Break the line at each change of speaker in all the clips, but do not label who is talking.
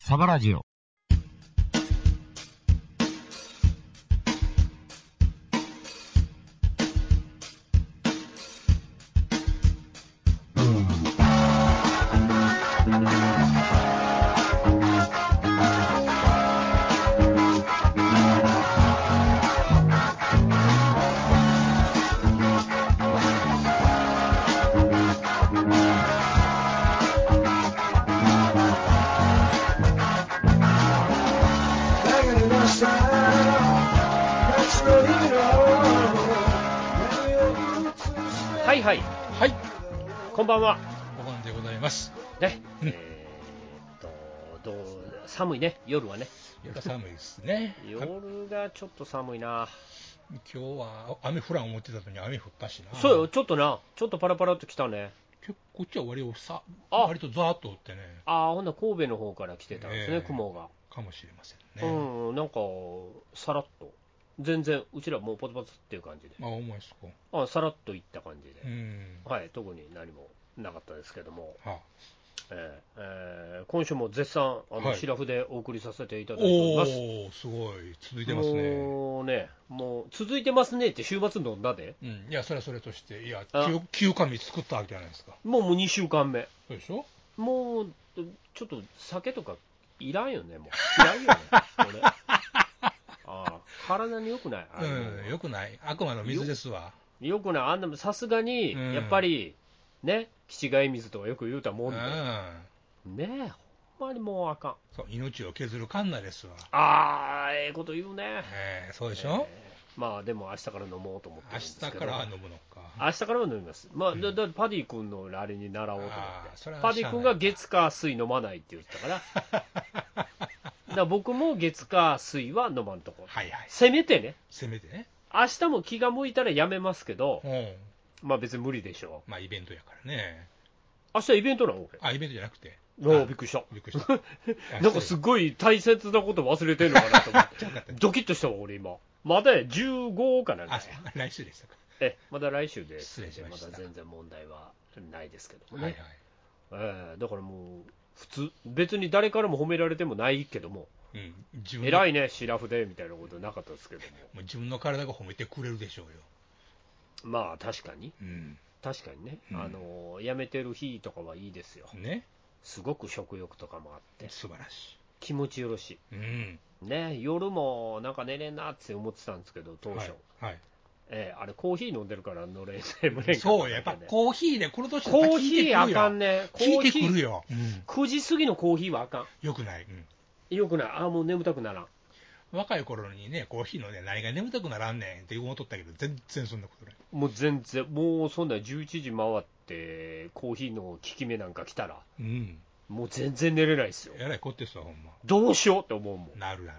サバラジオ。
は
はい
はい、
はい、
こんばんは。
お晩でございます。
ね、
うん
えーっと、どう寒いね、夜はね。
夜が寒いですね。か
夜がちょっと寒いな。
今日は雨降らん思ってたのに雨降ったしな。
そうよ、。ちょっとな、ちょっとパラパラっと来たね。
結構こっちは割とさ、
あ
割とザーッと降ってね、
ああ、ほんなら神戸の方から来てたんですね、
ええ
雲が。
かもしれませんね。
うん、なんか、さらっと。全然、うちらもうポツポツっていう感じで。
まあ、思いそこ。
あさらっといった感じで
う。ん。
はい、特に何もなかったですけども、
は
えーえー今週も絶賛、あの、
はい
シラフでお送りさせていただいており
お
ます。
ー、すごい。続いてますね。
もうね、もう続いてますねって週末のなで、
うん。いや、それはそれとして、いや
あ、
休休館日作ったわけじゃないですか。
もうもう2週間目、
そうでしょ
もうちょっと酒とかいらんよね、もう、いらんよね、俺 ああ体に良くない、あ
う
の
ん。よくない。あくまの水ですわ。
良くない、あんなさすがに、
うん
やっぱりね、気違い水とかよく言うた
う
もん
ん
で、。ねえ、ほんまにもうあかん、
そう、命を削るカンナですわ。
ああ、ええこと言うね、
えーそうでしょ
ええまあでも明日から飲もうと思ってるん
明
ですけど
日から飲むのか。
明日からは飲みます、まあ、だだパディ君のあれに習おうと思
あーそ
っ
れ
て、
は
パディ君が月火水飲まないって言ったから、だから僕も月火水は飲まんとこ、
はいはい。
せめてね、
せめてね。
明日も気が向いたらやめますけど、
うん。
まあ別に無理でしょう、
まあ、イベントやからね。
明日イベントなの、
あ、イベントじゃなくて。
俺、お
あ
ーびっくりした、
びっくりした。
なんかすっごい大切なこと忘れてるのかなと思って、ドキッとしたわ、俺、今、まだや15かなんか
あ
や、
そう来週でしたか。
ええまだ来週で、
失礼しました
だ全然問題はないですけども
は
ね。
いはい。
ええだからもう、普通、別に誰からも褒められてもないけども、
うん。自分の
偉いね、シラフでみたいなことなかったですけども、
もう自分の体が褒めてくれるでしょうよ。
まあ確かに、
うん。
確かにね、
うん
あの辞めてる日とかはいいですよ、
ね。
すごく食欲とかもあって、
素晴らし
気持ちよろし
い。うん。
い、ね、夜もなんか寝れんなって思ってたんですけど、当初、
はい。
ええあれ、コーヒー飲んでるから、のれん、眠
は
れ
い。
んかった
そう、やっぱ
ね
コーヒーで、この
コ
年
ーヒーあかん
ね。
ね、コ
聞
ー
いて
ヒ
くる
ー、
よ。うん。
9時過ぎのコーヒーはあか
よくない。うん。
ん、よくない、ああ、もう眠たくならん。
若い頃にね、コーヒーのね、何が眠たくならんねんって思っとったけど、全然そんなことない。
もう全然、もうそんな11時回って、コーヒーの効き目なんか来たら、
うん。
もう全然寝れないですよ。
えらいこってすわ、ほんま。
どうしようって思うもん。
なるなる。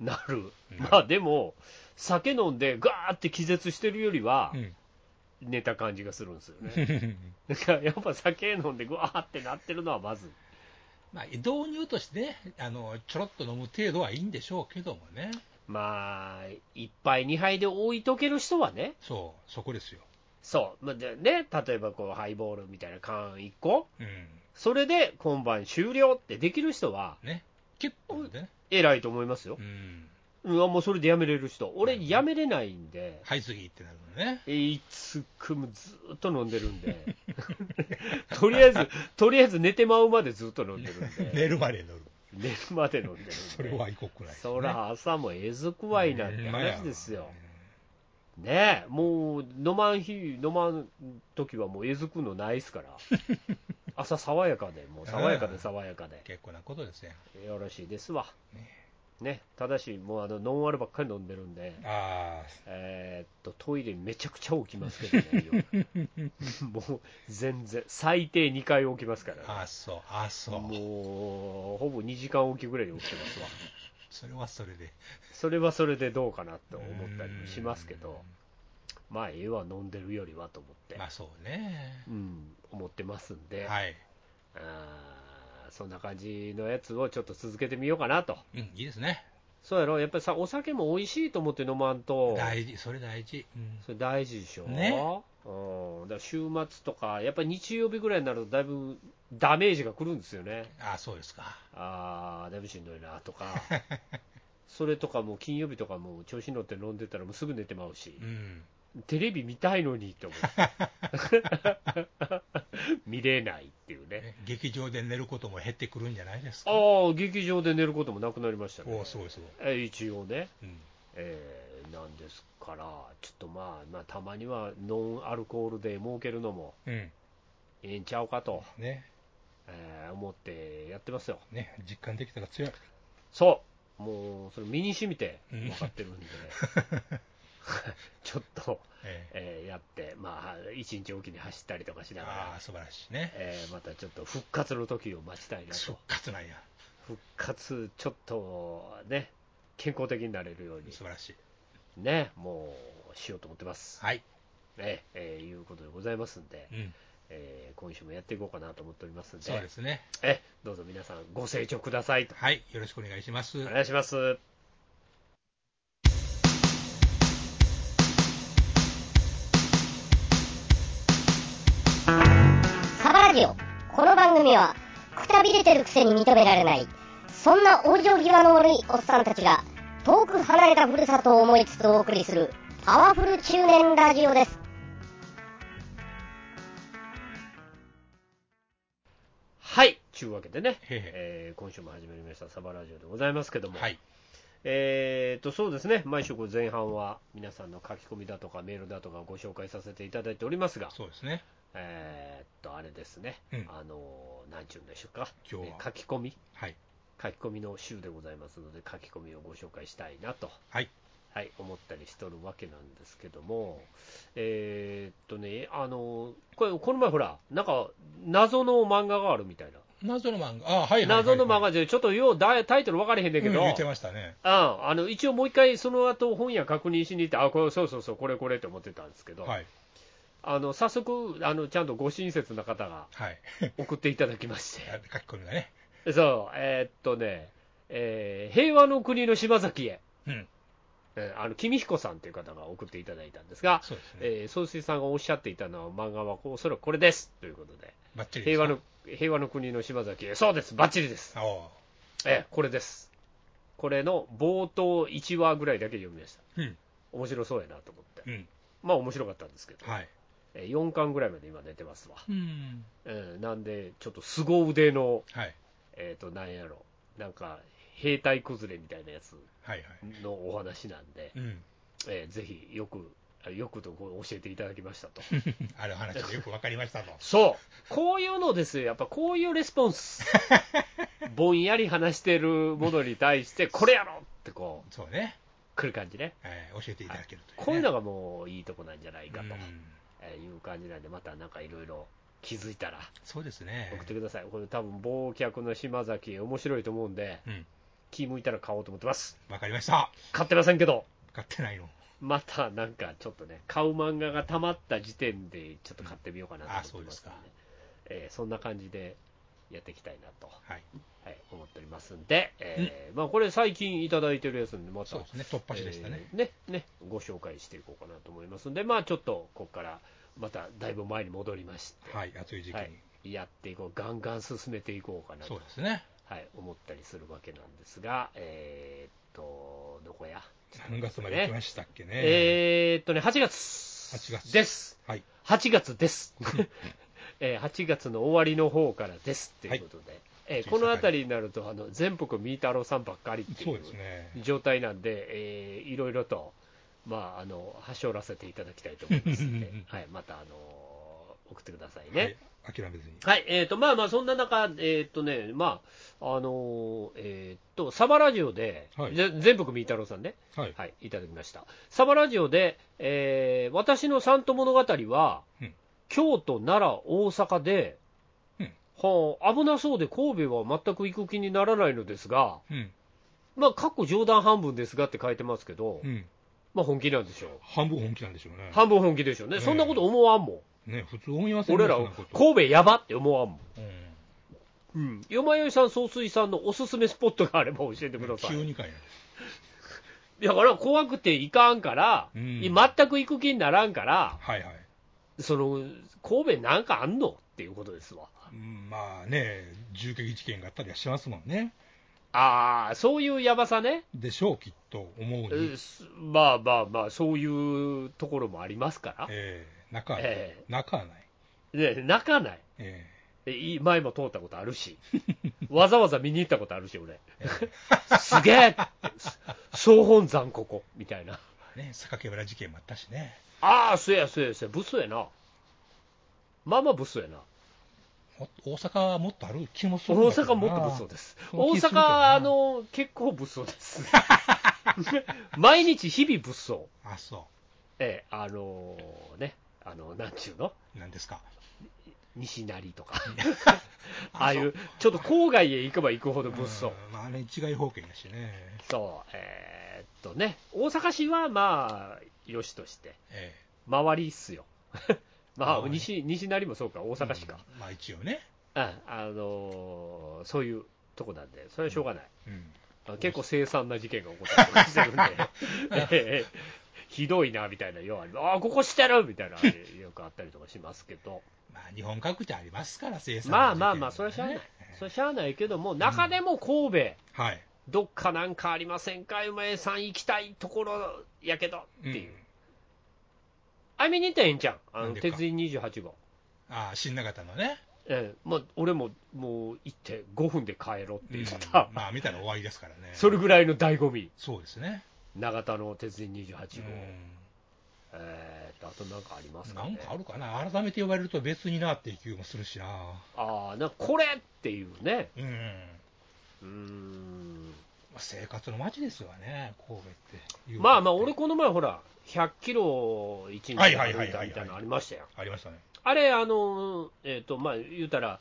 なる
うん。
まあでも、酒飲んでガーって気絶してるよりは
う、ん。
寝た感じがするんですよね。だからやっぱ酒飲んでガーってなってるのはまずい。
まあ、導入としてね、あのちょろっと飲む程度はいいんでしょうけどもね、
まあ、1杯2杯で置いとける人はね、
そう、そこですよ、
そう。まあでね、例えばこう、ハイボールみたいな缶1個、
うん、
それで今晩終了ってできる人は、
ね、結構ね、
偉いと思いますよ
う。ん、
うわ、もうそれでやめれる人、俺、
うん
やめれないんで、
はい、次ってなるのね、
えいつくもずっと飲んでるん で、とりあえず、とりあえず寝てまうまでずっと飲んでるんで、
寝るまで乗る、
寝るまで飲んでるんで、
それは異国ない、
そら朝もえずくわいなんて
ほんまや
話ですよ。ねえ、もう飲まん日、飲まん時はもうえずくのないっす から、朝爽やかで、もう爽やかで爽やかで、
結構なことですよ、
よろしいですわ。ね、ただし、もうあのノンアルばっかり飲んでるんで。
あ
えーっとトイレめちゃくちゃ起きますけどね、 夜もう全然、最低2回起きますか
ー
ら、
あー、そう、あーそう、
もうほぼ2時間起きぐらいに起きてますわ、
それはそれで、
それはそれでどうかなと思ったりもしますけど、まあ、ええわ、飲んでるよりはと思って、
うん、まあそうね、
うん、思ってますんで、
はい、
あーそんな感じのやつをちょっと続けてみようかなと、
うん、いいですね、
そうやろ、やっぱりさ、お酒も美味しいと思って飲まんと、
大事、それ大事、うん
それ大事でしょ。
ね
うん、だから週末とか、やっぱり日曜日ぐらいになると、だいぶダメージが来るんですよね、
ああ、そうですか。
あー、だいぶしんどいなと か、それとかもう金曜日とかもう調子に乗って飲んでたら、もうすぐ寝てまうし
う、ん。
テレビ見たいのにと思 って、見れないっていうね、
ね劇場で寝ることも減ってくるんじゃないです
あ
か。
ー、劇場で寝ることもなくなりました
お
ね
お、、すごいすごい。
え一応ね。
うん。
えーなんですから、ちょっとまあ、まあ、たまにはノンアルコールで儲けるのも
うん。
ええんちゃうかと、
ね。
えー思ってやってますよ。
ね。実感できたら強い。
そう、もうそれ身に染みて
うん
分かってるんで、 ちょっと、
ええ
えーやって、まあ、一日おきに走ったりとかしなが
あ
ら
あ、、素晴らしいね。
えーまたちょっと復活の時を待ちたいな
復
と、
活なんや。
復活、ちょっとね、健康的になれるように
素晴らしい。
ね、もうしようと思ってます。
はい。
ねえーいうことでございますんで。
うん。
えー今週もやっていこうかなと思っておりますので
そうですね。
えどうぞ皆さんご清聴くださいと
はい。よろしくお願いします。
お願いします
サバラジオ。この番組は、くたびれてるくせに認められない、そんな往生際の悪いおっさんたちが、遠く離れたふるさとを思いつつお送りする、パワフル中年ラジオです。
はいちゅうわけでね、
へへ
えー今週も始まりましたサバラジオでございますけども、
はい。
えー、とそうですね毎週こう前半は皆さんの書き込みだとかメールだとかご紹介させていただいておりますが
そうですね。
えー、とあれですね、
うん
あのーなんちゅうんでしょうか
今日は
えー書き込み
はい。
書き込みの週でございますので書き込みをご紹介したいなと
はい。
はい、思ったりしとるわけなんですけども、えーっとね、あのこれこの前、ほら、なんか謎の漫画があるみたいな、
謎の漫画。ああ、はいはいはい。
謎の漫
だ
画で、ちょっとようだタイトル分かれへんねんけど、
言ってましたね。
うんあの一応、もう一回、その後本屋確認しに行って、あこれそうそうそう、これこれって思ってたんですけど、
はい。
あの早速あの、ちゃんとご親切な方が
はい。
送っていただきま し
書き込みがね。
て、そう、えーっとね、えー平和の国の島崎へ。
うん。
えーあの君彦さんという方が送っていただいたんですが、
そうですね。
えー、総帥さんがおっしゃっていたのは、漫画はおそらくこれですということで、
ばっちりです
平和の平和の国の島崎へ、そうです、ばっちりです、
ああ。
えーこれです、これの冒頭1話ぐらいだけ読みました、
うん。
面白そうやなと思って、
うん。
まあ面白かったんですけど、
はい。
えー4巻ぐらいまで今、寝てますわ、
うん。
えーなんで、ちょっと凄腕の、
はい。
えー、となんやろ、なんか兵隊崩れみたいなやつ
はいはい。
のお話なんで、
うん。
えーぜひよく、あよくとこう教えていただきま したと。
ある話がよくわかりましたと。
そう、こういうのですよ、やっぱこういうレスポン ス、ぼんやり話してるものに対して、これやろってこう、
そうね。
来る感じね、
えー教えていただけるという、ね。
こういうのがもういいとこなんじゃないか
う
と
ん
えーいう感じなんで、またなんかいろいろ気づいたら
そうですね。
送ってください、これ、多分忘却の島崎、面白いと思うんで、
うん。
気向いたら買おうと思ってます、
わかりました。
買ってませんけど。
買ってないの。
またなんかちょっとね、買う漫画がたまった時点で、ちょっと買ってみようかなと思ってます
うんあ
の
そう
で、えーそんな感じでやっていきたいなと
はい。
はい、思っておりますんで、えーまあ、これ最近いただいてるやつなんで、また、
そうですね。突破しでしたね。
えーねねご紹介していこうかなと思いますんで、まあ、ちょっとここからまただいぶ前に戻りまして、
はい。暑い時期に。
はい、やっていこう、ガンガン進めていこうかな
そう
と、
ですね。
はい、思ったりするわけなんですが、えーっと、どこや、
3月まで来ましたっけね。
えーっとね、8月
8月
です。
はい。
8月です、 えー8月の終わりの方からですということで、えーこの辺りになるとあの全国みーたろうさんばっかりって
そ
いうう
ですね。
状態なんで、えーいろいろと、まあ、あの端折らせていただきたいと思いますので、はい、また、あのー送ってくださいね。はい
はい。諦めずに。
えー、とまあまあそんな中、えーとねまああのーえー、とサバラジオで、
はい
ぜ全国みーたろうさんね、
はい。
はい、いただきました。サバラジオで、えー私の三都物語は、
うん
京都、奈良、大阪で、
うん
はあ、危なそうで神戸は全く行く気にならないのですが、
うん。
まあ、かっこ冗談半分ですがって書いてますけど、
うん。
まあ本気なんでしょう。
半分本気なんでしょうね。
半分本気でしょうね。
うん
そんなこと思わんもん。
ね、普通思いませんね
俺ら
そんなこと、
神戸やばって思わんもん。
うん
うん。よまよいさん、総帥さんのおすすめスポットがあれば教えてください。
急にかいな。
だから怖くていかんから、
うん
全く行く気にならんから、
はいはい。
その、神戸なんかあんのっていうことですわ。
うんまあね、銃撃事件があったりはしますもんね。
ああ、そういうやばさね。
でしょう、きっと、思うに。
うんすまあまあまあ、そういうところもありますから。
ええ中はない、
え
中はない。
ね、泣かない。
え
えいい前も通ったことあるし、 わざわざ見に行ったことあるし、俺、
ええ
すげえ、総本山ここみたいな、
えね、榊原事件もあったしね。
ああ、そうや、そうや、そうや、ブスやな、まあまあブスやな、
もっと大阪はもっとある気もす
大
るんだけど
阪
な
もっとブスです、
そ
大
う気するけど
阪、
な
あの結構ブスです、毎日、日々ブスを、
あ、そ
ええ、あのね、あのなんちゅうの、
う。なんですか。
西成とか、
あ
ああいう、ちょっと郊外へ行けば行くほど物騒。
うんまあ、あれ、一概保険だしね。
そう、えーっとね、大阪市はまあ、よしとして、
ええ
周りっすよ。 まあ、
周り
西西成もそうか、大阪市か、
うんまあ、一応ね。
うんあのーそういうとこなんで、それはしょうがない、
うん。
あ結構凄惨な事件が起こったりしてるんで、 えーひどいなみたいな、要は、ああ、ここしてるみたいな、よくあったりとかしますけど、
まあ、日本各地ありますから、生産、
まあまあまあ、それはしゃあない、それ
え
はしゃあないけども、中でも神戸。
えはい。
どっかなんかありませんか、夢さん行きたいところやけどっていう、
うん
あい見に行ったらええんちゃん、あ
な
の
んでか
鉄人28号、
ああ、新長田のね。
ええまあ、俺ももう行って5分で帰ろうって言
う ん
った、
まあ、見たら終わりですからね。
それぐらいの醍醐味、
そうですね。
長田の鉄人28号、
うん
えーとあとなんかありますか
な
ね、
んかあるかな。改めて言われると別になっていう気もするしな。
あーなんかこれっていうね、
うん。
うーん、
まあ生活の街ですよね、神戸って。
まあまあ、俺、この前、ほら、100キロ1日
はいはい
歩
はいい
た
はいはい
みたいなのありましたよ。
ありましたね。
あれ、あの、えっ、と、まあ、言うたら、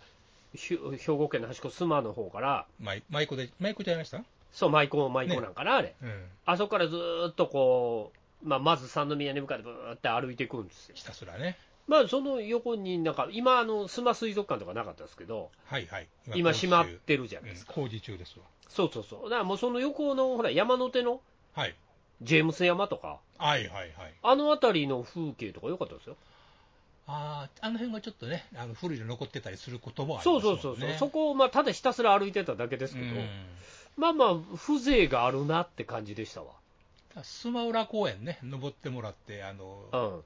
ひゅ兵庫県の端っこ、須磨の方から、
マイマイコで、マイコでやりました
そう、舞妓、舞妓なんかな、あれ。
うん。
あそこからずーっとこう、まあ、まず三宮に向かってブーって歩いていくんですよ。
ひたすらね。
まあ、その横になんか、今、あの、須磨水族館とかなかったですけど、
はいはい。
今閉まっ
工事
てるじゃ
中
ないですか。
うん工事中ですわ。
そうそうそう。だからもうその横の、ほら、山の手の、
はい。
ジェームス山とか、
はいはいはい。
あの辺りの風景とか良かったですよ。
ああ、あの辺がちょっとね、あの古いの残ってたりすることもあり
そ
ま
う
すも
そ
ん
う
ね。
そうそう。そこを、まあ、ただひたすら歩いてただけです
う
けど、
ん。
まあまあ、風情があるなって感じでしたわ。
スマウラ公園ね、登ってもらって、あの、
うん。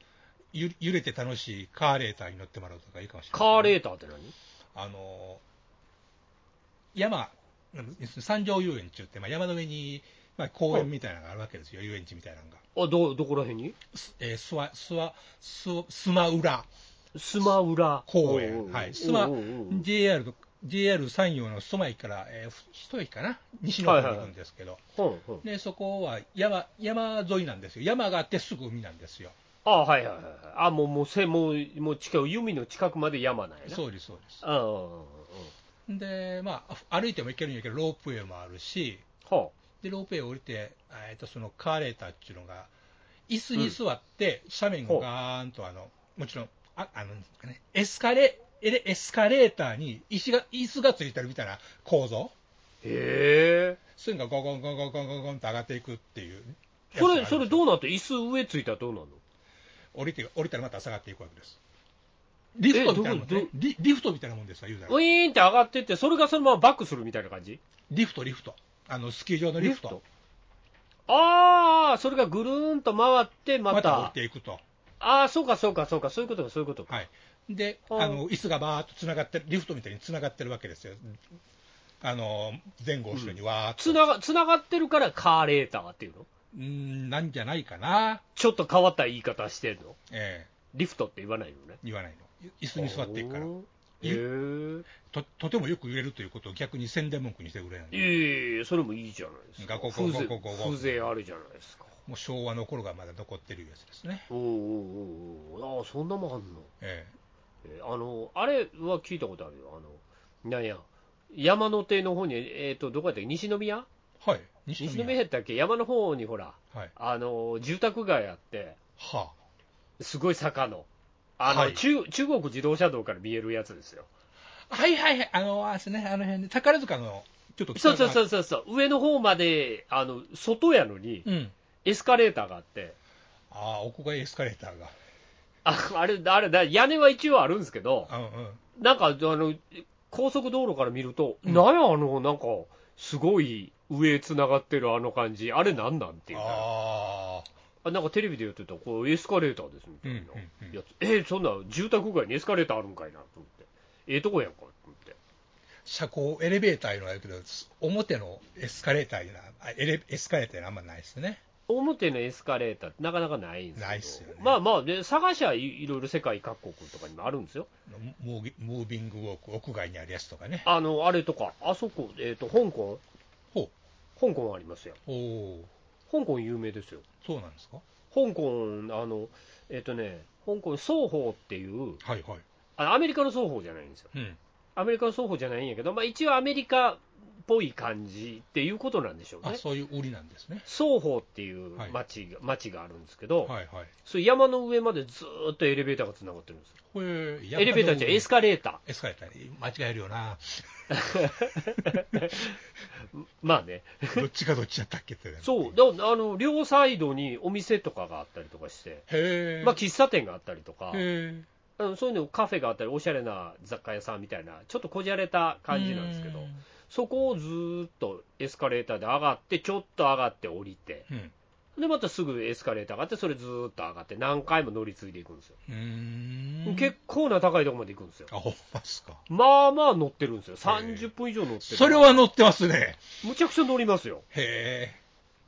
ゆ揺れて楽しいカーレーターに乗ってもらうとかいいかもしれない、
カーレ
ー
ーターって何
あの、山、なんです山上遊園地って、まあ、山の上に、まあ、公園みたいなのがあるわけですよ、遊園地みたいなのが。
あ、ど、どこら辺に
すえー、すわ、すわ、す、スマウラ
スマウラ
公園。はい。スマ
おうおうおう、
JR の、JR 山陽のスマ駅から、えー、ふ一駅かな西の方に行くんですけど、
うんうん
で、そこは山、山沿いなんですよ。山があってすぐ海なんですよ。
あ、はいはいはい。あ、もう、もう、せ、もう、もう近く、海の近くまで山なんやな。う。
そうです、そうです。
うんうんうん。
で、まあ、歩いても行けるんやけど、ロープウェイもあるし、
は
で、ロープウェイ降りて、えっと、そのカーレーターっていうのが、椅子に座って、斜面がガーンと、あの、もちろん、ああの、ね、エスカレ、エレエスカレーターに石が、椅子がついてるみたいな構造
あ。へえ。
そういうのがゴンゴンゴンゴンゴンゴンゴンと上がっていくっていう。
それ、それ
う
どうなって椅子上ついたらどうなんの
降りて、降りたらまた下がっていくわけです。リフトみたいなもん
どう
ね
ど。
リリフトみたいなもんですわ、言うたら
ウ。ィーンって上がってって、それがそのままバックするみたいな感じ
リフト、リフト。あの、スキー場のリフト。
ああ、それがぐるーんと回って、また。
また降りていくと。
ああ、そうかそうかそうか、そういうことか、そういうことか。
はい、で、
はい
あの椅子がバーっとつながってる、リフトみたいにつながってるわけですよ、あの前後後ろにわーっと、
つなが、つながってるからカーレーターっていうの
うーん、なんじゃないかな、
ちょっと変わった言い方してるの
え
リフトって言わないのね
え。言わないの、椅子に座っていくから
お、ーへ
ととてもよく揺れるということを逆に宣伝文句にしてくれない
え。
の
いえいえ、それもいいじゃないですか。
ガコ
風
ゴゴ
情
ゴゴゴ
風情あるじゃないですか。
もう昭和の頃がまだ残ってるやつですね、
おーおーおーおーああ、そんなもんあんの。
え
えーあの、あれは聞いたことあるよ。あの、なんや、山の手の方に、えっ、と、どこやったっけ西宮
えはい、西
西
宮、
宮やったっけ山の方にほら、
はい、
あの、住宅街あって、
は
すごい坂の。あの、
はい
中中国自動車道から見えるやつですよ。
あ、はいはいはい、あの、あれですね、あの辺で、宝塚のちょっと、
そうそうそううそうそう、上の方まで、あの、外やのに、
うん、
エスカレーターがあって、
ああ、屋外エスカレーターが、
ああれ、あれだ、屋根は一応あるんですけど、
うんうん。
なんか、あの、高速道路から見ると、
うん
なんや、あの、なんか、すごい上繋がってるあの感じ、あれなんなんっていうね
ああ。
あなんかテレビで言ってた、こうエスカレーターですみたいな
うんうんうん
やつ、えーそんな住宅街にエスカレーターあるんかいなと思って、ええとこやんかと思って、
車高エレベーターいうのはあるけど、表のエスカレーターいうのは、あエレエスカレーターいうのはあんまないですね。
表のエスカレーターってなかなかないんですけど、
ないっすよね
まあまあ、で探しゃいいろいろ世界各国とかにもあるんですよ、
モーギムービングウォーク、屋外にあるやつとかね。
あのあれとか、あそこ、えー、と香港、
ほ
香港ありますよ、
う。おお。
香港有名ですよ、
そうなんですか
香港、あのえっ、とね、香港、双方っていう、
はいはい。
あのアメリカの双方じゃないんですよ、
うん。
アメリカの双方じゃないんやけど、まあ、一応アメリカっぽい感じっていうことなんでしょうね
あ、。そういう売りなんですね。
双方っていう町が,、町があるんですけど、
はいはい。
それ山の上までずーっとエレベーターがつながってるんですよ
これ、エ
エレベーターじゃエスカレータ
エスカレーターに間違えるよな。
ー、まあね、
どっちがどっちだったっけってね。
そう、だからあの両サイドにお店とかがあったりとかして、
へえ。
まあ、喫茶店があったりとか、
へ
うんそういうのカフェがあったり、おしゃれな雑貨屋さんみたいな、ちょっとこじゃれた感じなんですけど、そこをずーっとエスカレーターで上がって、ちょっと上がって降りて、
うん。
でまたすぐエスカレーターがあって、それずーっと上がって、何回も乗り継いでいくんですよ。
うーん。
結構な高いところまで行くんですよ。
あ、ほんまっすか。
まあまあ乗ってるんですよ。
ー
30分以上乗ってる。
それは乗ってますね。
むちゃくちゃ乗りますよ。
へ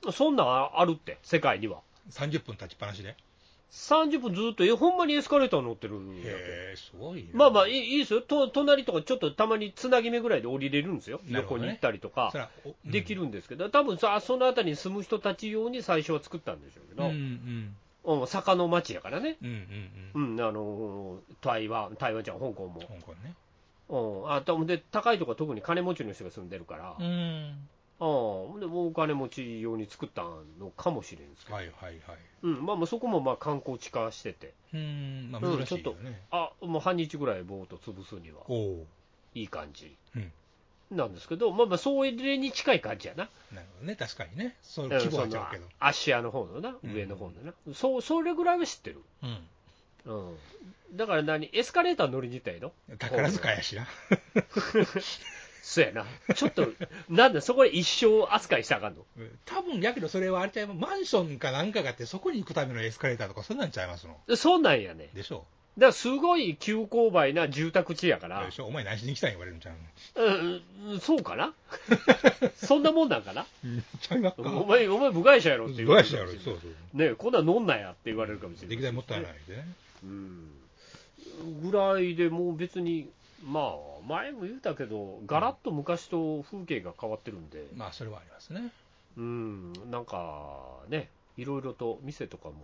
え。
そんなんあるって、世界には。
30分経ちっぱなしで。
30分ずっと、え、ほんまにエスカレーター乗ってるんだけ
へえ、すごいな
まあまあ、いいいいですよ。と、隣とかちょっとたまにつなぎ目ぐらいで降りれるんですよ。
なる
横
ほどね
に行ったりとか
そ。らおうん
できるんですけど、多分さ、その辺りに住む人たち用に最初は作ったんでしょうけ
うんう
ど、
ん
うん、坂の町やからね。
うんうんう
うんん、あのー台湾、台湾じゃん、香港
香港ね
も。うん、あ、多分で、高いとこは特に金持ちの人が住んでるから、
うん
ああでもうお金持ち用に作ったのかもしれんですけど、
はいはいはい
うんまあ、まあそこもまあ観光地化してて、
うんまあ
うん
難しい
ちょ
よ
っと
ね
あもう半日ぐらいボート潰すには
おお
いい感じ
うん
なんですけど、まあ、まあそれに近い感じやな、
なるほどね確かにねそううん規模
そ
は
の
違うけど
芦屋の方のな、
うん
上の方のな、そうそれぐらいは知ってる、
うん
うん、だから何、エスカレーター乗りに行ったらいいの
宝塚やしな
そうやな、ちょっと、なんだ、そこで一生扱いしたらあかんの、
多分やけどそれはあれちゃいますマンションかなんかがあってそこに行くためのエスカレーターとかそんなんちゃいますの
でそうなんやね、
でしょ
だからすごい急勾配な住宅地やから
で。しょお前何しに来たん言われるんちゃうの
うん、そうか なそんなもんなんかな
うんちゃいますか
お前、お前部外者やろって言
どうや
れ
し
る
や
かも
ろ
しれない
そうそう
ねえこんなん飲んなやって言われるかもしれない。
歴代もったいないでね
うん。ぐらいでもう別に、まあ、前も言ったけど、ガラッと昔と風景が変わってるんで、
まあそれはありますね
うん、なんかね、いろいろと店とかも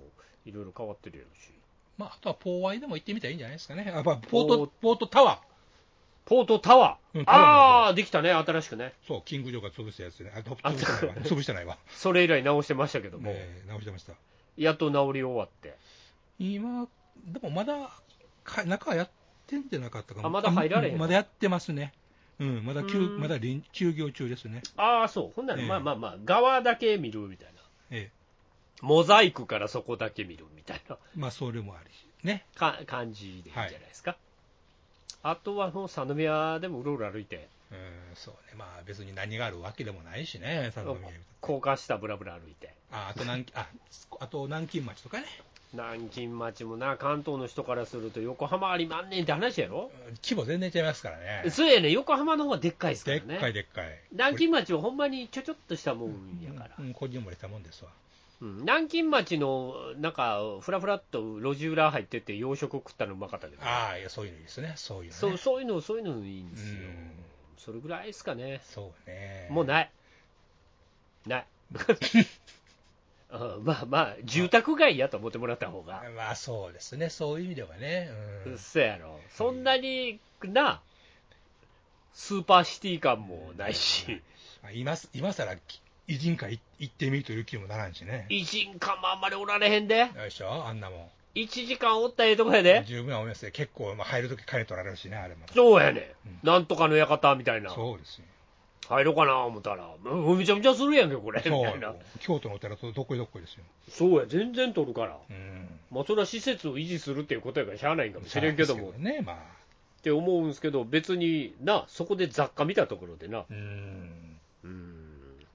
いろいろ変わってるやろし、
まああとはポーワイでも行ってみたらいいんじゃないですかねあまあポートポートタワー
ポートタワー、
うんタワーの方
ああ、できたね、新しくね、
そう、キング・ジョーが潰したやつね。あ、と
あ
潰してないわ。潰してないわ。
それ以来直してましたけども、
えー直してました。
やっと直り終わって、
今、でもまだ、か中はやってんじゃなかったかも。
あまだ入られへん
あうんまだやってますね。うん、まだ休、
うん
まだ臨休業中ですね。
ああ、そう、ほんなら、
ええ
まあまあまあ、側だけ見るみたいな。
え
モザイクからそこだけ見るみたいな
えまあ、それもあるし。ね。
か感じでいいんじゃないですか、あとはもう佐野宮でもうろうろ歩いて
うん、そうね。まあ、別に何があるわけでもないしね、佐渡宮
高架下ぶらぶら歩いて
あ、あと南、あ、あと南京町とかね。
南京町もな関東の人からすると横浜ありまんねんって話やろ、
うん規模全然違いますからね。
そうやね横浜の方がでっかいですか
で
ら
っか
ね
いでっかい。
南京町はほんまにちょちょっとしたもんやから、
う
うん
ん、こじんもりしたもんですわ。
南京町のなんかふらふらっと路地裏入ってって洋食食ったのうまかったけど
ああ、いやそういうのいいですね。そういうの、ね。
そうそういうのそういうのいいんですよ、
うん
それぐらいですかね
そうね。
もうない。ない。うんまあまあ、住宅街やと思ってもらった方が、
まあそうですね、そういう意味ではね、
う
う
っ
ん、
せやろ。そんなにな、スーパーシティ感もないし、
まあ今す今さらき偉人会行ってみるという気にもならんしね、
偉人感もあんまりおられへんで、
よいしょ、あんなも
1時間おったらええとこや
ん、
で、
十分は思いますよ、結構まあ入るとき金取られるしね、あれも、
そうやねん、なんとかの館みたいな、
そうですよ、
入ろうかな思ったら、もうめちゃめちゃするやんけ、これ、み
そう
たいな。
京都のお寺とどっこいどっこいですよ。
そうや、全然取るから。
うん。
まあ、それは施設を維持するっていうことやからしゃあないんかもしれんけども、っ
ね、まあ。
て思うんですけど、別にな、そこで雑貨見たところでな、
うん。
うん、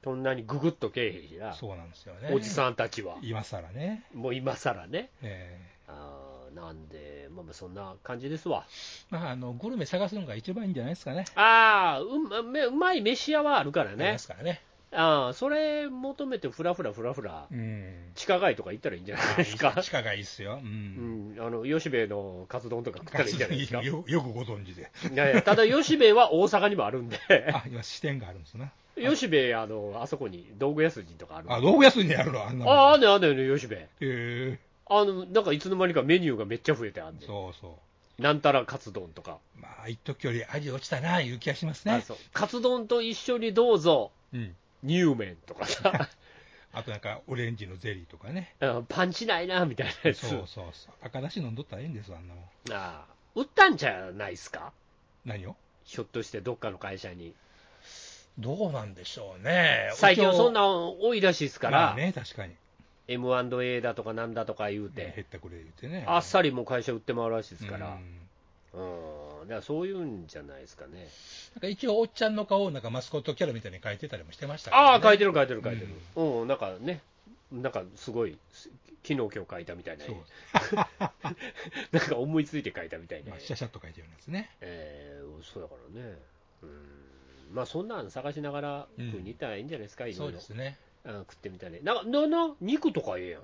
そんなにググっとけえへんしな、
そうなんですよね。
おじさんたちは、
今更ね。
もう今更ね。
ええ
あーなんで、まあまあそんな感じですわ。
まあ、あの、グルメ探すのが一番いいんじゃないですかね。
ああ、うまめうまい飯屋はあるから
あり
ね
ま。すからね。
あーそれ求めてふらふらふらふら、
うん。
地下街とか行ったらいいんじゃないです
あ
か
地。下がいいっすよ。う。
うんん、あの吉兵衛のカツ丼とか食ったらいいんじゃないですか。い
よよくご存知で。
やいや、ただ吉兵衛は大阪にもあるんで、
あ、今、支店があるんですな。
吉兵衛、あの、あそこに道具屋筋とかあるんで
あ、道具屋にあるのあんなもん
ああ、あんねんあんねんあんねん、吉兵衛。
へ
あの、なんかいつの間にかメニューがめっちゃ増えてあん
え
ね
そうそ
ん。なんたらカツ丼とか。
う。まあ、一時より味落ちたな、いう気がします
あ
ね。
そうカツ丼と一緒にどうぞ、
うん。
乳麺とか さ、
あとなんか、オレンジのゼリーとかね。
うんパンチないな、みたいなやつ。
そうそうそう。赤だし飲んどったらええんですわあんなもん。
ああ売ったんじゃないですか
何を
ひょっとしてどっかの会社に。
どうなんでしょうね
最近はそんな多いらしいです
か、
から
ま
ら、
あね、確かに。
M&A だとかなんだとか言う
減
て、
ったくれ言うてね。
あっさりもう会社売って回るらしいで
です
から、うん、だからそういうんじゃないですかね。
なんか一応、おっちゃんの顔をなんかマスコットキャラみたいに書いてたりもしてましたからね
ああ、書いてる書いてる書いてる。うん、なんかね、なんかすごい、す昨日今日書いたみたいな
そう、。
なんか思いついて書いたみたいな
まあ、。シャシャっと書いてるんですね。
えー、そうだからね。うん。まあそんなん探しながら
うん
食いに行ったらいいんじゃないですか、いろ
そ
いうろ
で。すね。
うん食ってみたいね。なんか、な、な、肉とかええやん。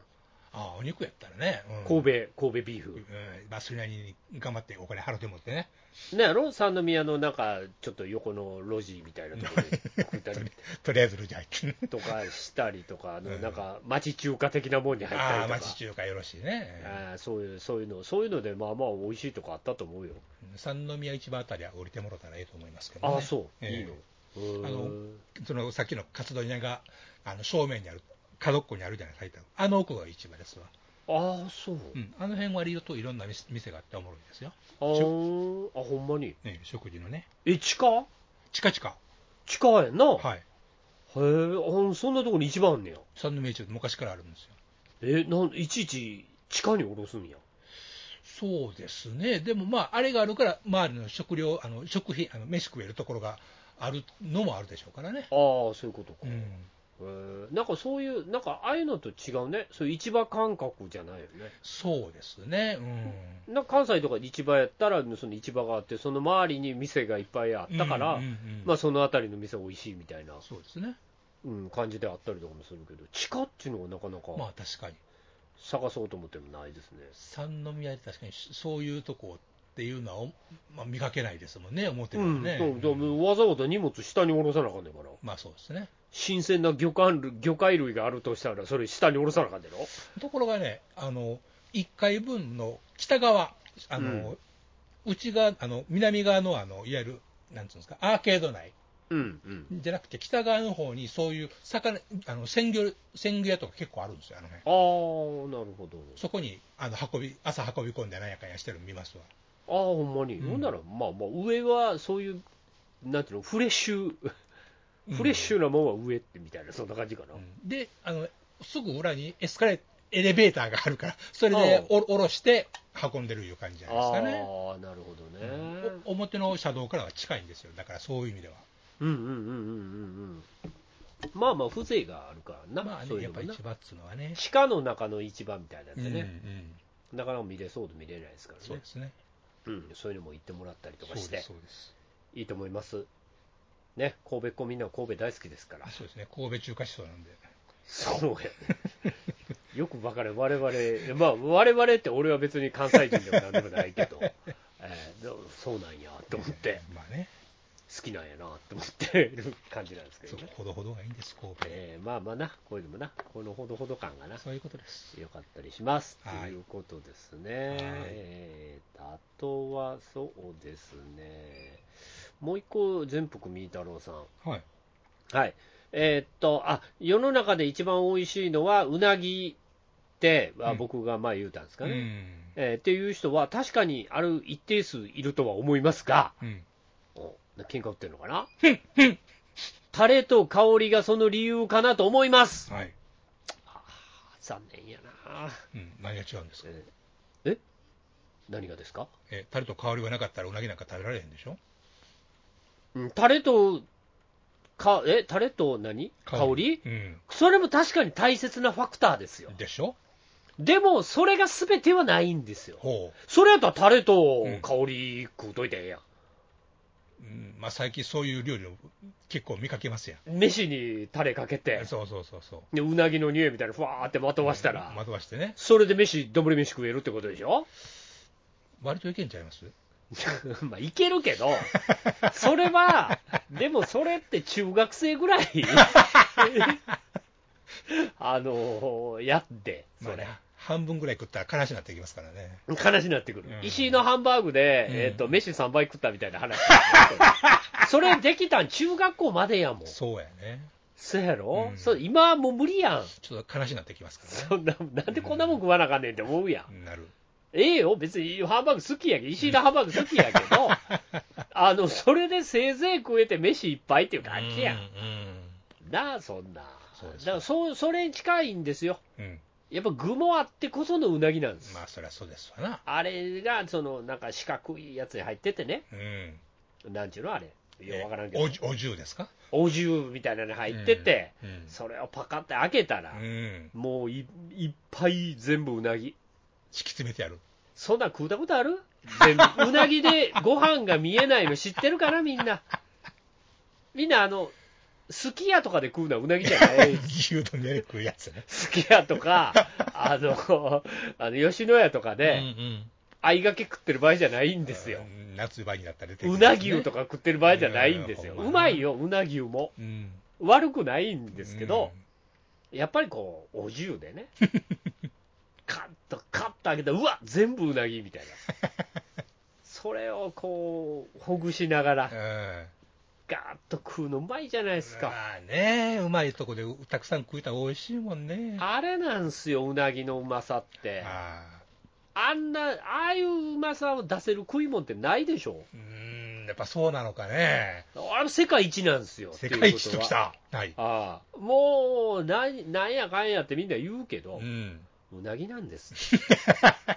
ああ、お肉やったらね。うん
神戸、神戸ビーフ。
うん、まあ、それなりに頑張ってお金払ってもってね、
なんやろ三宮のなんか、ちょっと横の路地みたいなところ で食ったり
とりあえずルジャー行ってね、
とかしたりとか、あの、
うん
なんか、町中華的なもんに入ったり
あ
と
あ、
か。
町中華よろしいね、
あーそういう、そういうの、そういうので、まあまあ、美味しいとこあったと思うよ。
三宮市場あたりは降りてもろたらええと思いますけど、ね、
ああ、そう、
え
い
え
いの。うーん
あそのさっきの活動屋があの正面にある、角っこにあるじゃないですか、あの奥が市場ですわ、
ああ、そう。
うん、あの辺割といろんな店店があっておもろいですよ、
あーあ、ほんまに。
ね、食事のね、
え、地下
近々、
地下やんな。へ
はい、
え、あんそんなとこに一番あんねや。
三宮市場、昔からあるんですよ。
え、なん、いちいち地下に下ろすんや。
そうですね、でもまあ、あれがあるから、周りの食料、あの食品、あの飯食えるところがあるのもあるでしょうからね。
ああ、そういうことか。
う
へ
ん
えなんかそういう、なんかああいうのと違うね。そういう市場感覚じゃないよね。
そうですね、
なんか関西とかで市場やったら、その市場があって、その周りに店がいっぱいあ
う
っ
ん、
たから、
うんうんうん
まあその辺りの店美味しいみたいな。
そうですね、
うん、感じであったりとかもするけど、地下っていうのはなかな
ま
か
あ確かに、
探そうと思ってもないですね。
三宮で確かにそういうとこっていうのはお、まあ、見かけないですもんね、思って
う
る
ん、
ね、
そう
うん
わざわざ荷物下に下ろさなあかんねんから、
まあそうですね、
新鮮な魚介類魚介類があるとしたら、それ下に下ろさなあかんねんろ。
ところがね、あの1階分の北側、あのうち、内側あの南側のあのいわゆる、なんていうんですか、アーケード内。
うん、うん。
じゃなくて、北側の方にそういう魚あの鮮魚鮮魚屋とか結構あるんですよ、あの辺
あー、なるほど。
そこにあの運び朝運び込んでなんやかんやしてるの見ますわ、
あー、ほんまに。
うん
ほんなら、まあまあ、上はそういう、なんていうの、フレッシュ、フレッシ
ュ、
ュなもんは上ってみたいな、そんな感じかな。
うんであの、すぐ裏にエスカレエレベーターがあるから、それ
ああ
でお下ろして運んでるいう感じじゃないです
あ
か
あ
ね。
ー、なるほどね。
お表の車道からは近いんですよ、だからそういう意味では。
うんうんうんうんうんうんまあまあ風情があるからな、
まあ
そう
ね、
い
や
う
っぱ
のもな
市場っつうのはね、
地下の中の市場みたいなん
う
で
んう
ね、
ん、
なかなか見れそうで見れないですから
そう
ね
で、すね、
うん、そういうのも行ってもらったりと
そ
か
うで
し
す、
て
そうです、
いいと思いますね神戸っ子みんな神戸大好きですから
あそうですね、神戸中華思想なんで、
そうやねよくばかり我々まあ我々って俺は別に関西人でもなんでもないけ ど、えーどそうなんやと思って、
まあね、
好きなんやなと思ってる感じなんですけ
そ
ど
う
ね、
ほどほどがいいんです、神戸。
えーまあまあなこういうのもなこのほどほど感がな
そういうことです。
よかったりします、
はい
ということですね、
い
えーあとはそうですね、もう一個、全福みー太郎さん、
はい。
はいえーっとあ世の中で一番おいしいのはうなぎって、あ
うん
僕が前言うたんですかね、
うん。
えーっていう人は、確かにある一定数いるとは思いますが、
うん。
お喧嘩売ってるのかなタレと香りがその理由かなと思います。
はい。
残念やな
うん、何が違うんですか
ええ何がですか
え、タレと香りがなかったらうなぎなんか食べられへんでしょ
うんタレと、か、え、タレと何香り
うん。
それも確かに大切なファクターですよ。
でしょ
でも、それが全てはないんですよ。
ほ
それやったらタレと
うん
香り食うといてええやん。
う。うん、まあ最近そういう料理を結構見かけますやん。
飯にタレかけて、
そうそうそうそう。
でうなぎの匂いみたいなふわーってまとわしたら、
まとわしてね。
それで飯、どぶり飯食えるってことでしょ
割といけんちゃいます
まあ、いけるけど、それは、でもそれって中学生ぐ らい、あのやって、そ
まあ
れ
ね。、半分ぐらい食ったら悲しくなってきますからね。
話になってくる、
うん
石井のハンバーグで、
うん
えっと飯3倍食ったみたいな話、それできたん中学校までやもん、
そうやね。
そうやろ、
うん
そう今はもう無理やん、
ちょっと悲しくなってきます
そ
から
んななんでこんなもん食わなあかんねんって思うやん、
ね。なる。
ええよ、別にハンバーグ好きやけど、石井のハンバーグ好きやけ ど、あのそれでせいぜい食えて飯いっぱいっていう感じや
うん
ん、なあ、そんな、
そうです
だからそうそれに近いんですよ、
うん。うん。
やっぱ具もあってこそのうなぎなんです。
まあそりゃそうですわな。
あれが、その、なんか四角いやつに入っててね、
うん。
なんちゅうのあれ、ようわからんけ
え
ど
お、じお重ですか
お重みたいなのに入ってて、
うん。
それをパカって開けたら
う、ん。
もういいっぱい全部うなぎ、
敷き詰めてやる。
そんなん食うたことある全部、うなぎでご飯が見えないの知ってるかな、みんな。みんな、あの、すき家とかで食うのはうなぎじゃない。
牛丼で食うやつね。
すき家とか、あの、あの吉野家とか
うん
で、
うん
あいがけ食ってる場合じゃないんですよ
う。ん夏場になったら出て
うな牛とか食ってる場合じゃないんですよ。
いやいや
うまいよ、うな牛も。
うん
悪くないんですけど、やっぱりこう、お重で ね、カッと、カッと開けたら、うわ全部うなぎみたいな。それをこう、ほぐしながら
うん、うん
ガーッと食うのうまいじゃないですか。
まあねうまいとこでうたくさん食いたら美味しいもんね
あれなんすよ、うなぎのうまさって。
あ
あんな、ああいううまさを出せる食い物ってないでしょ。
ーうーんやっぱそうなのかね
あれ世界一なんですよ。
世界
っ
一とき
ていうこ
たはい
とは。ああもうなん、なんやかんやってみんな言うけど
う、ん
うなぎなん です。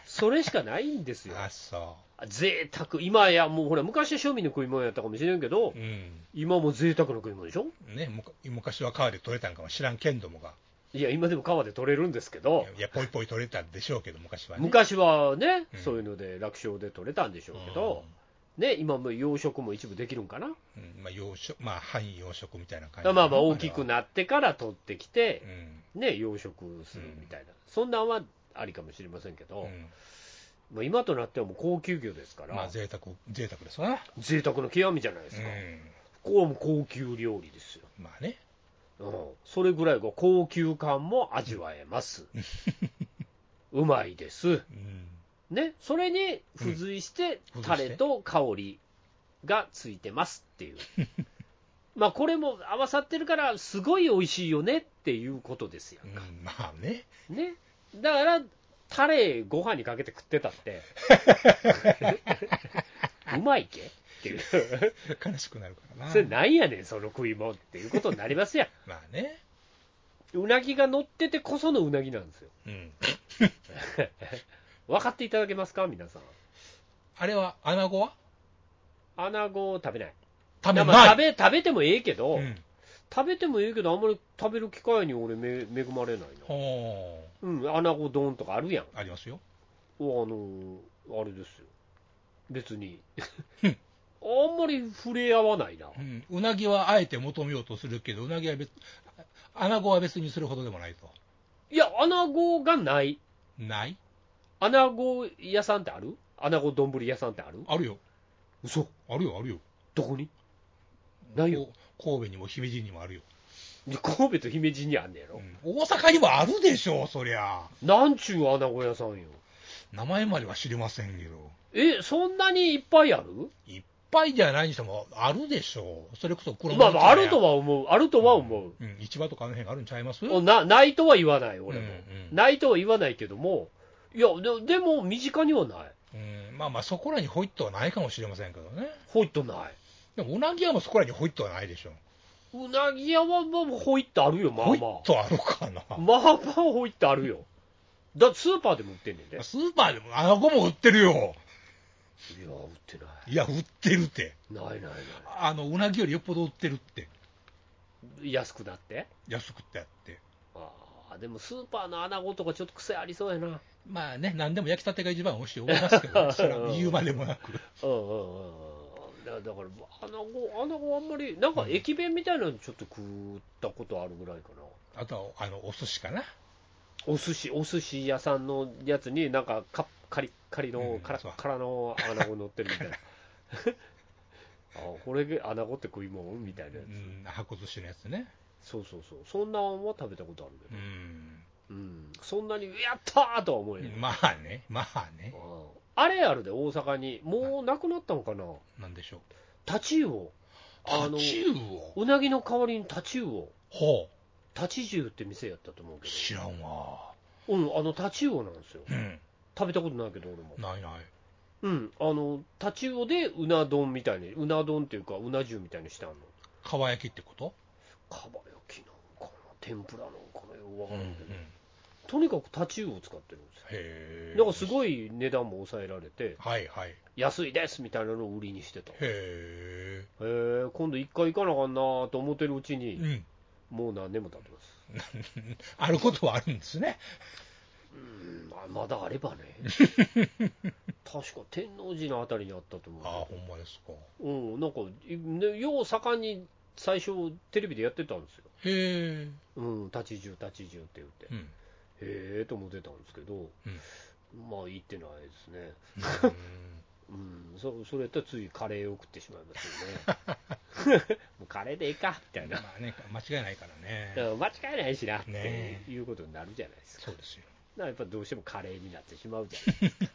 それしかないんですよ。
あそ
贅沢今やもうほら昔は庶民の食い物やったかもしれんけど、
ううん
今も贅沢の食い物でしょ
ねむか昔は川で取れたんかも知らんけんどもが
いや今でも川で取れるんですけど
いやぽいぽい取れたんでしょうけど昔はね
昔はね、
うん
そういうので楽勝で取れたんでしょうけど、ね今も養殖も一部できるんかな、
うんうんまあ養殖まあ半養殖みたいな感じ
まあまあ大きく
っ
なってから取ってきて
う、ん
ね養殖するみたいな、そんなんはありかもしれませんけど、
うん
まあ、今となってはもう高級魚ですから、
まあ贅沢贅沢ですわな
贅沢の極みじゃないで
う
すか、
ん
ここはもう高級料理ですよ
まあね
うん、それぐらいが高級感も味わえます。うまいです。
うん
ね、それに付随して、
うん
タレと香りがついてますっていう。まあこれも合わさってるから、すごい美味しいよねっていうことですよ
う。んまあね
ね。だから、タレご飯にかけて食ってたって、うまいけっていう。
悲しくなるからな
それなんやねん、その食い物っていうことになりますやん。
まあね
うなぎが乗っててこそのうなぎなん ですよ。
うん
分かっていただけますか、皆さん。
あれは、アナゴは
アナゴを食べない。
食べ
まあ
な
食
い。
べ食べてもええけど、
うん
食べてもええけど、あんまり食べる機会に俺め、恵まれないな。
ほ
うん、アナゴ丼とかあるやん。あ
ーありますよ。
のーあれですよ。別に。あんまり触れ合わないな。
うん。うなぎはあえて求めようとするけど、うなぎは別、アナゴは別にするほどでもないと。
いや、アナゴがない。
ない
アナゴ屋さんってあるアナゴ丼屋さんってある
あるよ。
嘘
あるよ、あるよ。
どこにないよ
こう神戸にも姫路にもあるよ。
で神戸と姫路にあんねや
う
ろ。
ん大阪にもあるでしょう、そりゃ。
なんちゅうアナゴ屋さんよ。
名前までは知りませんけど。
え、そんなにいっぱいある
いっぱいじゃないにしても、あるでしょう。それこそ黒
まあまあ、あると
は。
は思う、あるとは思
うん、市場とかあの辺があるんちゃいます
う、なないとは言わない、俺も、
うんうん
ないとは言わないけども、いや、ででも、身近にはない、
うん、まあまあ、そこらにホイットはないかもしれませんけどね。
ほいとない、
でも、うなぎはもうそこらにホイットはないでしょう。
うなぎ屋はまあ、ほいってあるよ、まあ
もう
ま
一とあるか な。
あ。まあまあ、ほいってあるよ。だってスーパーでも売ってんねんで。いや、
スーパーでも、穴子も売ってるよ。
売ってない
や、売ってるって。
い。ないないな
あの、うなぎよりよっぽど売ってるって。
い。安くなって。
安くってあって。
ああ、でもスーパーの穴子とかちょっと癖ありそうやな。
まあね、何でも焼きたてが一番美味しいと思います けど、ね、それは言うまでもなく。
うんうんうんうん。だだから、穴子、穴子あんまり、なんか駅弁みたいなのちょっと食ったことあるぐらいかな。
あとは、あの、お寿司かな。
お寿司、お寿司屋さんのやつに、なんかカッカリカリ
う
の
ん、
カラ
そう
ッカラの穴子乗ってるみたい な。あこれで穴子って食いもんみたいな
う
やつ、
ん、箱寿司のやつね。
そうそうそうそんなんは食べたことある
う
ね、
ん。
うんそんなにやったーとは思えない、
まあね、まあね。
うんあれあるで大阪にもうなくなったのかな
なんでしょう。
タチウオあの
タチウオ
うなぎの代わりにタチウオ
ほ
タチジュウって店やったと思う
う。
け
知らんわ。
どうんあのタチウオなんですよ
うん。
食べたことないけど俺も
ないない。
うん、あの、タチウオでうな丼みたいに、うな丼っていうか、うな重みたいにしてあるの。
かば焼きってこと
かば焼きなのかな、天ぷらなのかな、よくわ
う
か
ん
ら
うんん
けど、。とにかくタチウオを使ってるんですよ。
へえ。
だからすごい値段も抑えられて、
はいはい。へ
安いですみたいなのを売りにしてた。へ
え。
え、今度一回行かなあかんなと思ってるうち
う
に、
ん。
もう何年も経ってます。
あることはあるんですね。
うん、まあまだあれ ばね。確か天王寺のあたりにあったと思うけど。
ああ、ほんまですか。
うん、なんか、いねよう盛んに最初、テレビでやってたんですよ。
へえ。
うん、立ち銃、立ち銃って言って、
う
へ
ん。
えと思ってたんですけど、まあ、言ってないですね、うん、そそれやったらついカレーを食ってしまいますよね、 もうカレーでいいかみたいな、
まあね、間違いないから
だか
ね。
ら間違いないしなって
ね
いうことになるじゃないですか、
そうですよ。
だからやっぱどうしてもカレーになってしまうじゃないです か、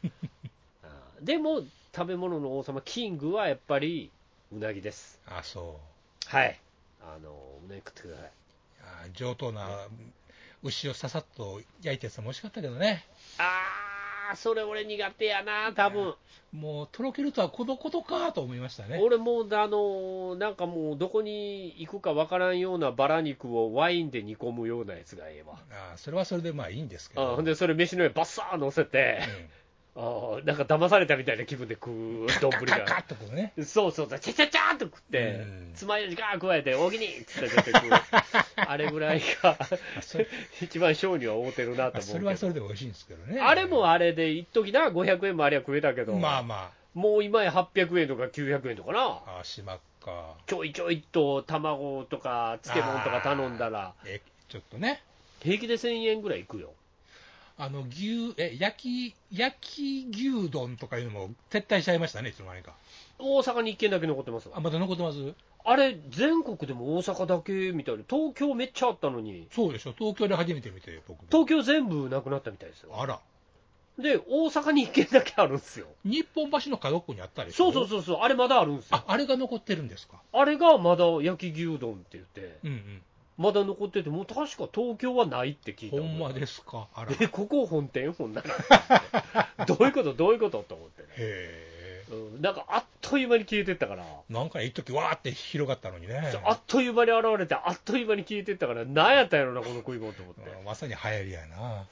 あーでも、食べ物の王様、キングはやっぱりうなぎです、
あそ
はい、あのうなぎ食ってください。
う。ああ上等な牛をささっと焼いたやつも美味しかったけどね。
あー、それ俺苦手やな、多分
もう、とろけるとはこのことかと思いましたね。
俺もうあのーなんかもうどこに行くかわからんようなバラ肉をワインで煮込むようなやつがええわ。
ああそれはそれでまあいいんですけ
あ
ど。
ほんでそれ飯の上バッサー乗せて、あーなんか騙されたみたいな気分で食う丼
うん、カッカ
が
ッとこうね。
そうそうそうちゃちゃちゃーっと食って
うん
つまようじガーッ加えて大喜利っつって出て くるあれぐらいが
それ
一番賞には合うてるなと
あ
思
そうれ
け
はそ
ど
れで美味しいんですけどね。
あれもあれで一時な500円もありゃ食えたけど、
まあま
もう今や800円とか900円とかな
あ、ああしまっか。
ちょいちょいと卵とか漬物とか頼んだら、
え、ちょっとね。
平気で1000円ぐらいいくよ。
あの牛え焼き焼き牛丼とかいうのも撤退しちゃいましたね、いつの間にか。
大阪に1軒だけ残ってますわ
あまだ残ってます
あれ、全国でも大阪だけみたいな、東京めっちゃあったのに、
そうでしょ、東京で初めて見て、僕も
東京全部なくなったみたいですよ。
あら、
で、大阪に1軒だけあるんですよ。
日本橋の角っこにあったり
そうそう
う。
そうそう、あれまだあるんですよ
あ。あれが残ってるんですか。
あれがまだ焼き牛丼って言って、
うんうん。
まだ残ってて、もう確か東京はないって聞いた
ほ
覚えが
んまですか。あら。
え、
へ
ここ本店ほんなら。どういうことどういうことと思ってね。
え。
うんなんかあっという間に消えてったから、
なんか一時わーって広がったのにね。
あっという間に現れて、あっという間に消えてったから、なんやったんやろな、この食い物と思って。
うんまさに流行りや
い
な。
や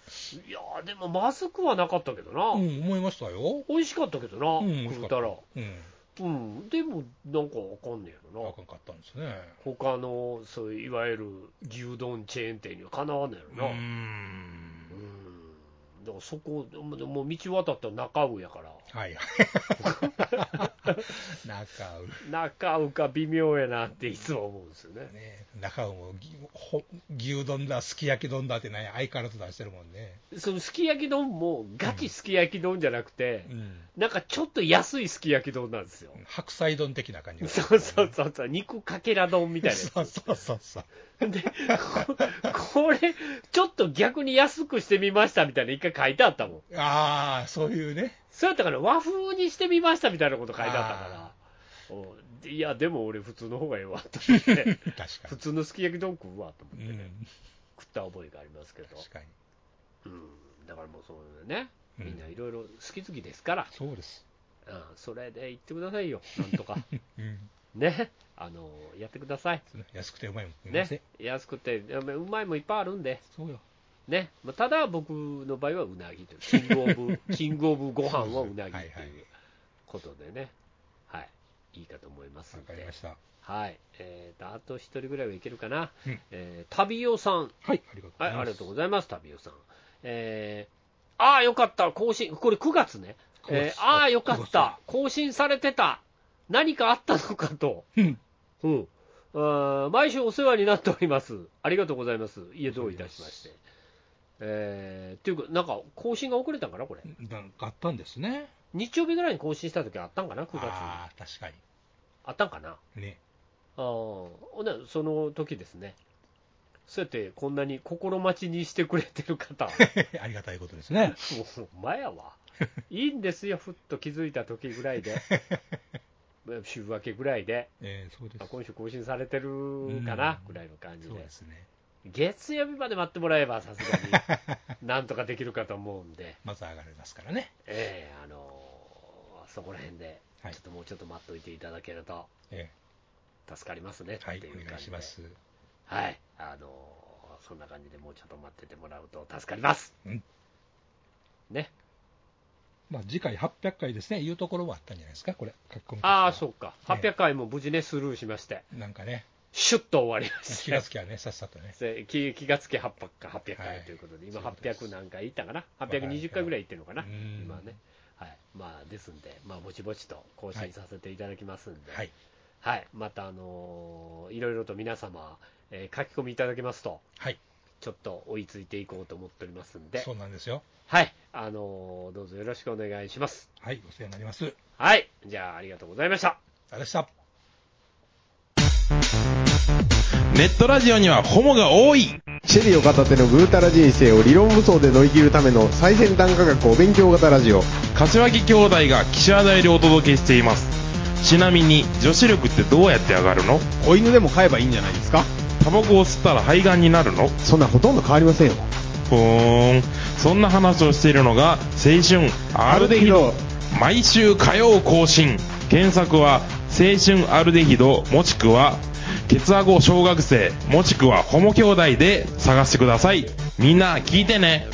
ー、でもまずくはなかったけどな、
うん、思いましたよ。
美味しかったけど
う
な、
ん、美味し
食
か
うた
った。う
ら。
ん。
うん、でも、なんかわかんねえ
あ
よ
か
な。
んかったんですね。
他の、そういういわゆる牛丼チェーン店にはかなわねえ
う
よな。うん
ん。
だからそこ、でもでも道渡ったら中尾やから、
はい。中尾
中尾か微妙やなっていつも思うんですよね。
ね、中尾もぎほ牛丼だ、すき焼き丼だってね、相変わらず出してるもんね。
そのすき焼き丼も、ガチすき焼き丼じゃなくて、
うん、
なんかちょっと安いすき焼き丼なんですよ。
白菜丼的な感じが
そうそうそうそう、肉かけら丼みたい
そうそうそうそ
な。
う。
で、ここれ、ちょっと逆に安くしてみましたみたいな、一回書いてあったもん。
ああ、そういうね。
そうやったから、和風にしてみましたみたいなこと書いてあったから
あ。
うんでいや、でも俺、普通の方がええわと思 って、
確か
普通のすき焼き丼食うわと思って、
に。うん、
食った覚えがありますけど、
確かに。
うん、だからもうそういうね、
うん
みんないろいろ好き好きですから、
そうです。
うん、それで行ってくださいよ、なんとか。
うん。
ね、あのやってください。
安くてうまいもん食いません
ね、安くて、でもうまいもんいっぱいあるんで、
そうよ。
ね、まあただ僕の場合はうなぎという、キングオブ、 キングオブご飯はうなぎと
はいいはいう
ことでね、はい、いいかと思います
わ
ん
かり
で
ま、した。
はい、えーと、あと一人ぐらいはいけるかな
うん、
えー、旅オさん、
はい。ありがとうござ
はいい、
ます。
ありがとうございます、旅オさん。えー、ああ、よかった、更新、これ9月ね、えー
9月
ああ、よかっ
9
た、更新されてた、何かあったのかと。
うん。
うん、あー毎週お世話になっております。ありがとうございます。いえ、どういたしまして。えー、っていうか、なんか更新が遅れたんかな、これ。
なんかあったんですね。
日曜日ぐらいに更新した時あったんかな、9月に。あ
ああ、確か
ったんかな。あ
に。ね。
あー、ほんならその時ですね。そうやってこんなに心待ちにしてくれてる 方、も
ありがたいことですね。
う前やわ。いいんですよ、ふっと気づいた時ぐらい で。週明けぐらいで、
えー、そうです
あ。今週更新されてるかな、
うん
ぐらいの感じ
そう
で
で。すね。
月曜日まで待ってもらえば、さすが に、なんとかできるかと思うんで、
まず上がりますからね。
ええあのーそこら辺で、ちょ
はい
っともうちょっと待っといていただけると
え
助かりますね、
ー、はい
ってい、う
お願
感
い
じ
し
で
ます。
はい、あのーそんな感じでもうちょっと待っててもらうと助かります。
うん
ね。
まあ、次回800回ですね。いうところはあったんじゃないですか、これ。書き込み。
ああ、そううか。
ええ
800回も無事ね、スルーしまして、
なんかね、
シュッと終わりまし
気
た
が。つきはね、さっさとね。
せ気気がつけ800回800
は
回
い
ということで、今
そうです
800何回いったかな、820回ぐらいいってるのかな、
うん
今はね。はいまあ、ですんで、まあ、ぼちぼちと更新させていただきますんで、
はい。
はいまた、あのーいろいろと皆様、えー書き込みいただけますと、
はい。
ちょっと追いついていこうと思っておりますんで
そ、うなんですよ。
はいあのーどうぞよろしくお願いします。
はい。お世話になります。ありがとう
はい、じゃあ、ありがとうございました。
ございました。
ネットラジオにはホモが多い
シェリーを片手のぐうたら人生を理論武装で乗り切るための最先端科学お勉強型ラジオ
柏木兄弟が岸和田よりお届けしていますちなみに女子力ってどうやって上がるの
子犬でも飼えばいいんじゃないですか
タバコを吸ったら肺がんになるの
そんなほとんど変わりませんよ
ふーんそんな話をしているのが青春アルデヒド毎週火曜更新検索は青春アルデヒドもしくはケツアゴ小学生もしくはホモ兄弟で探してくださいみんな聞いてね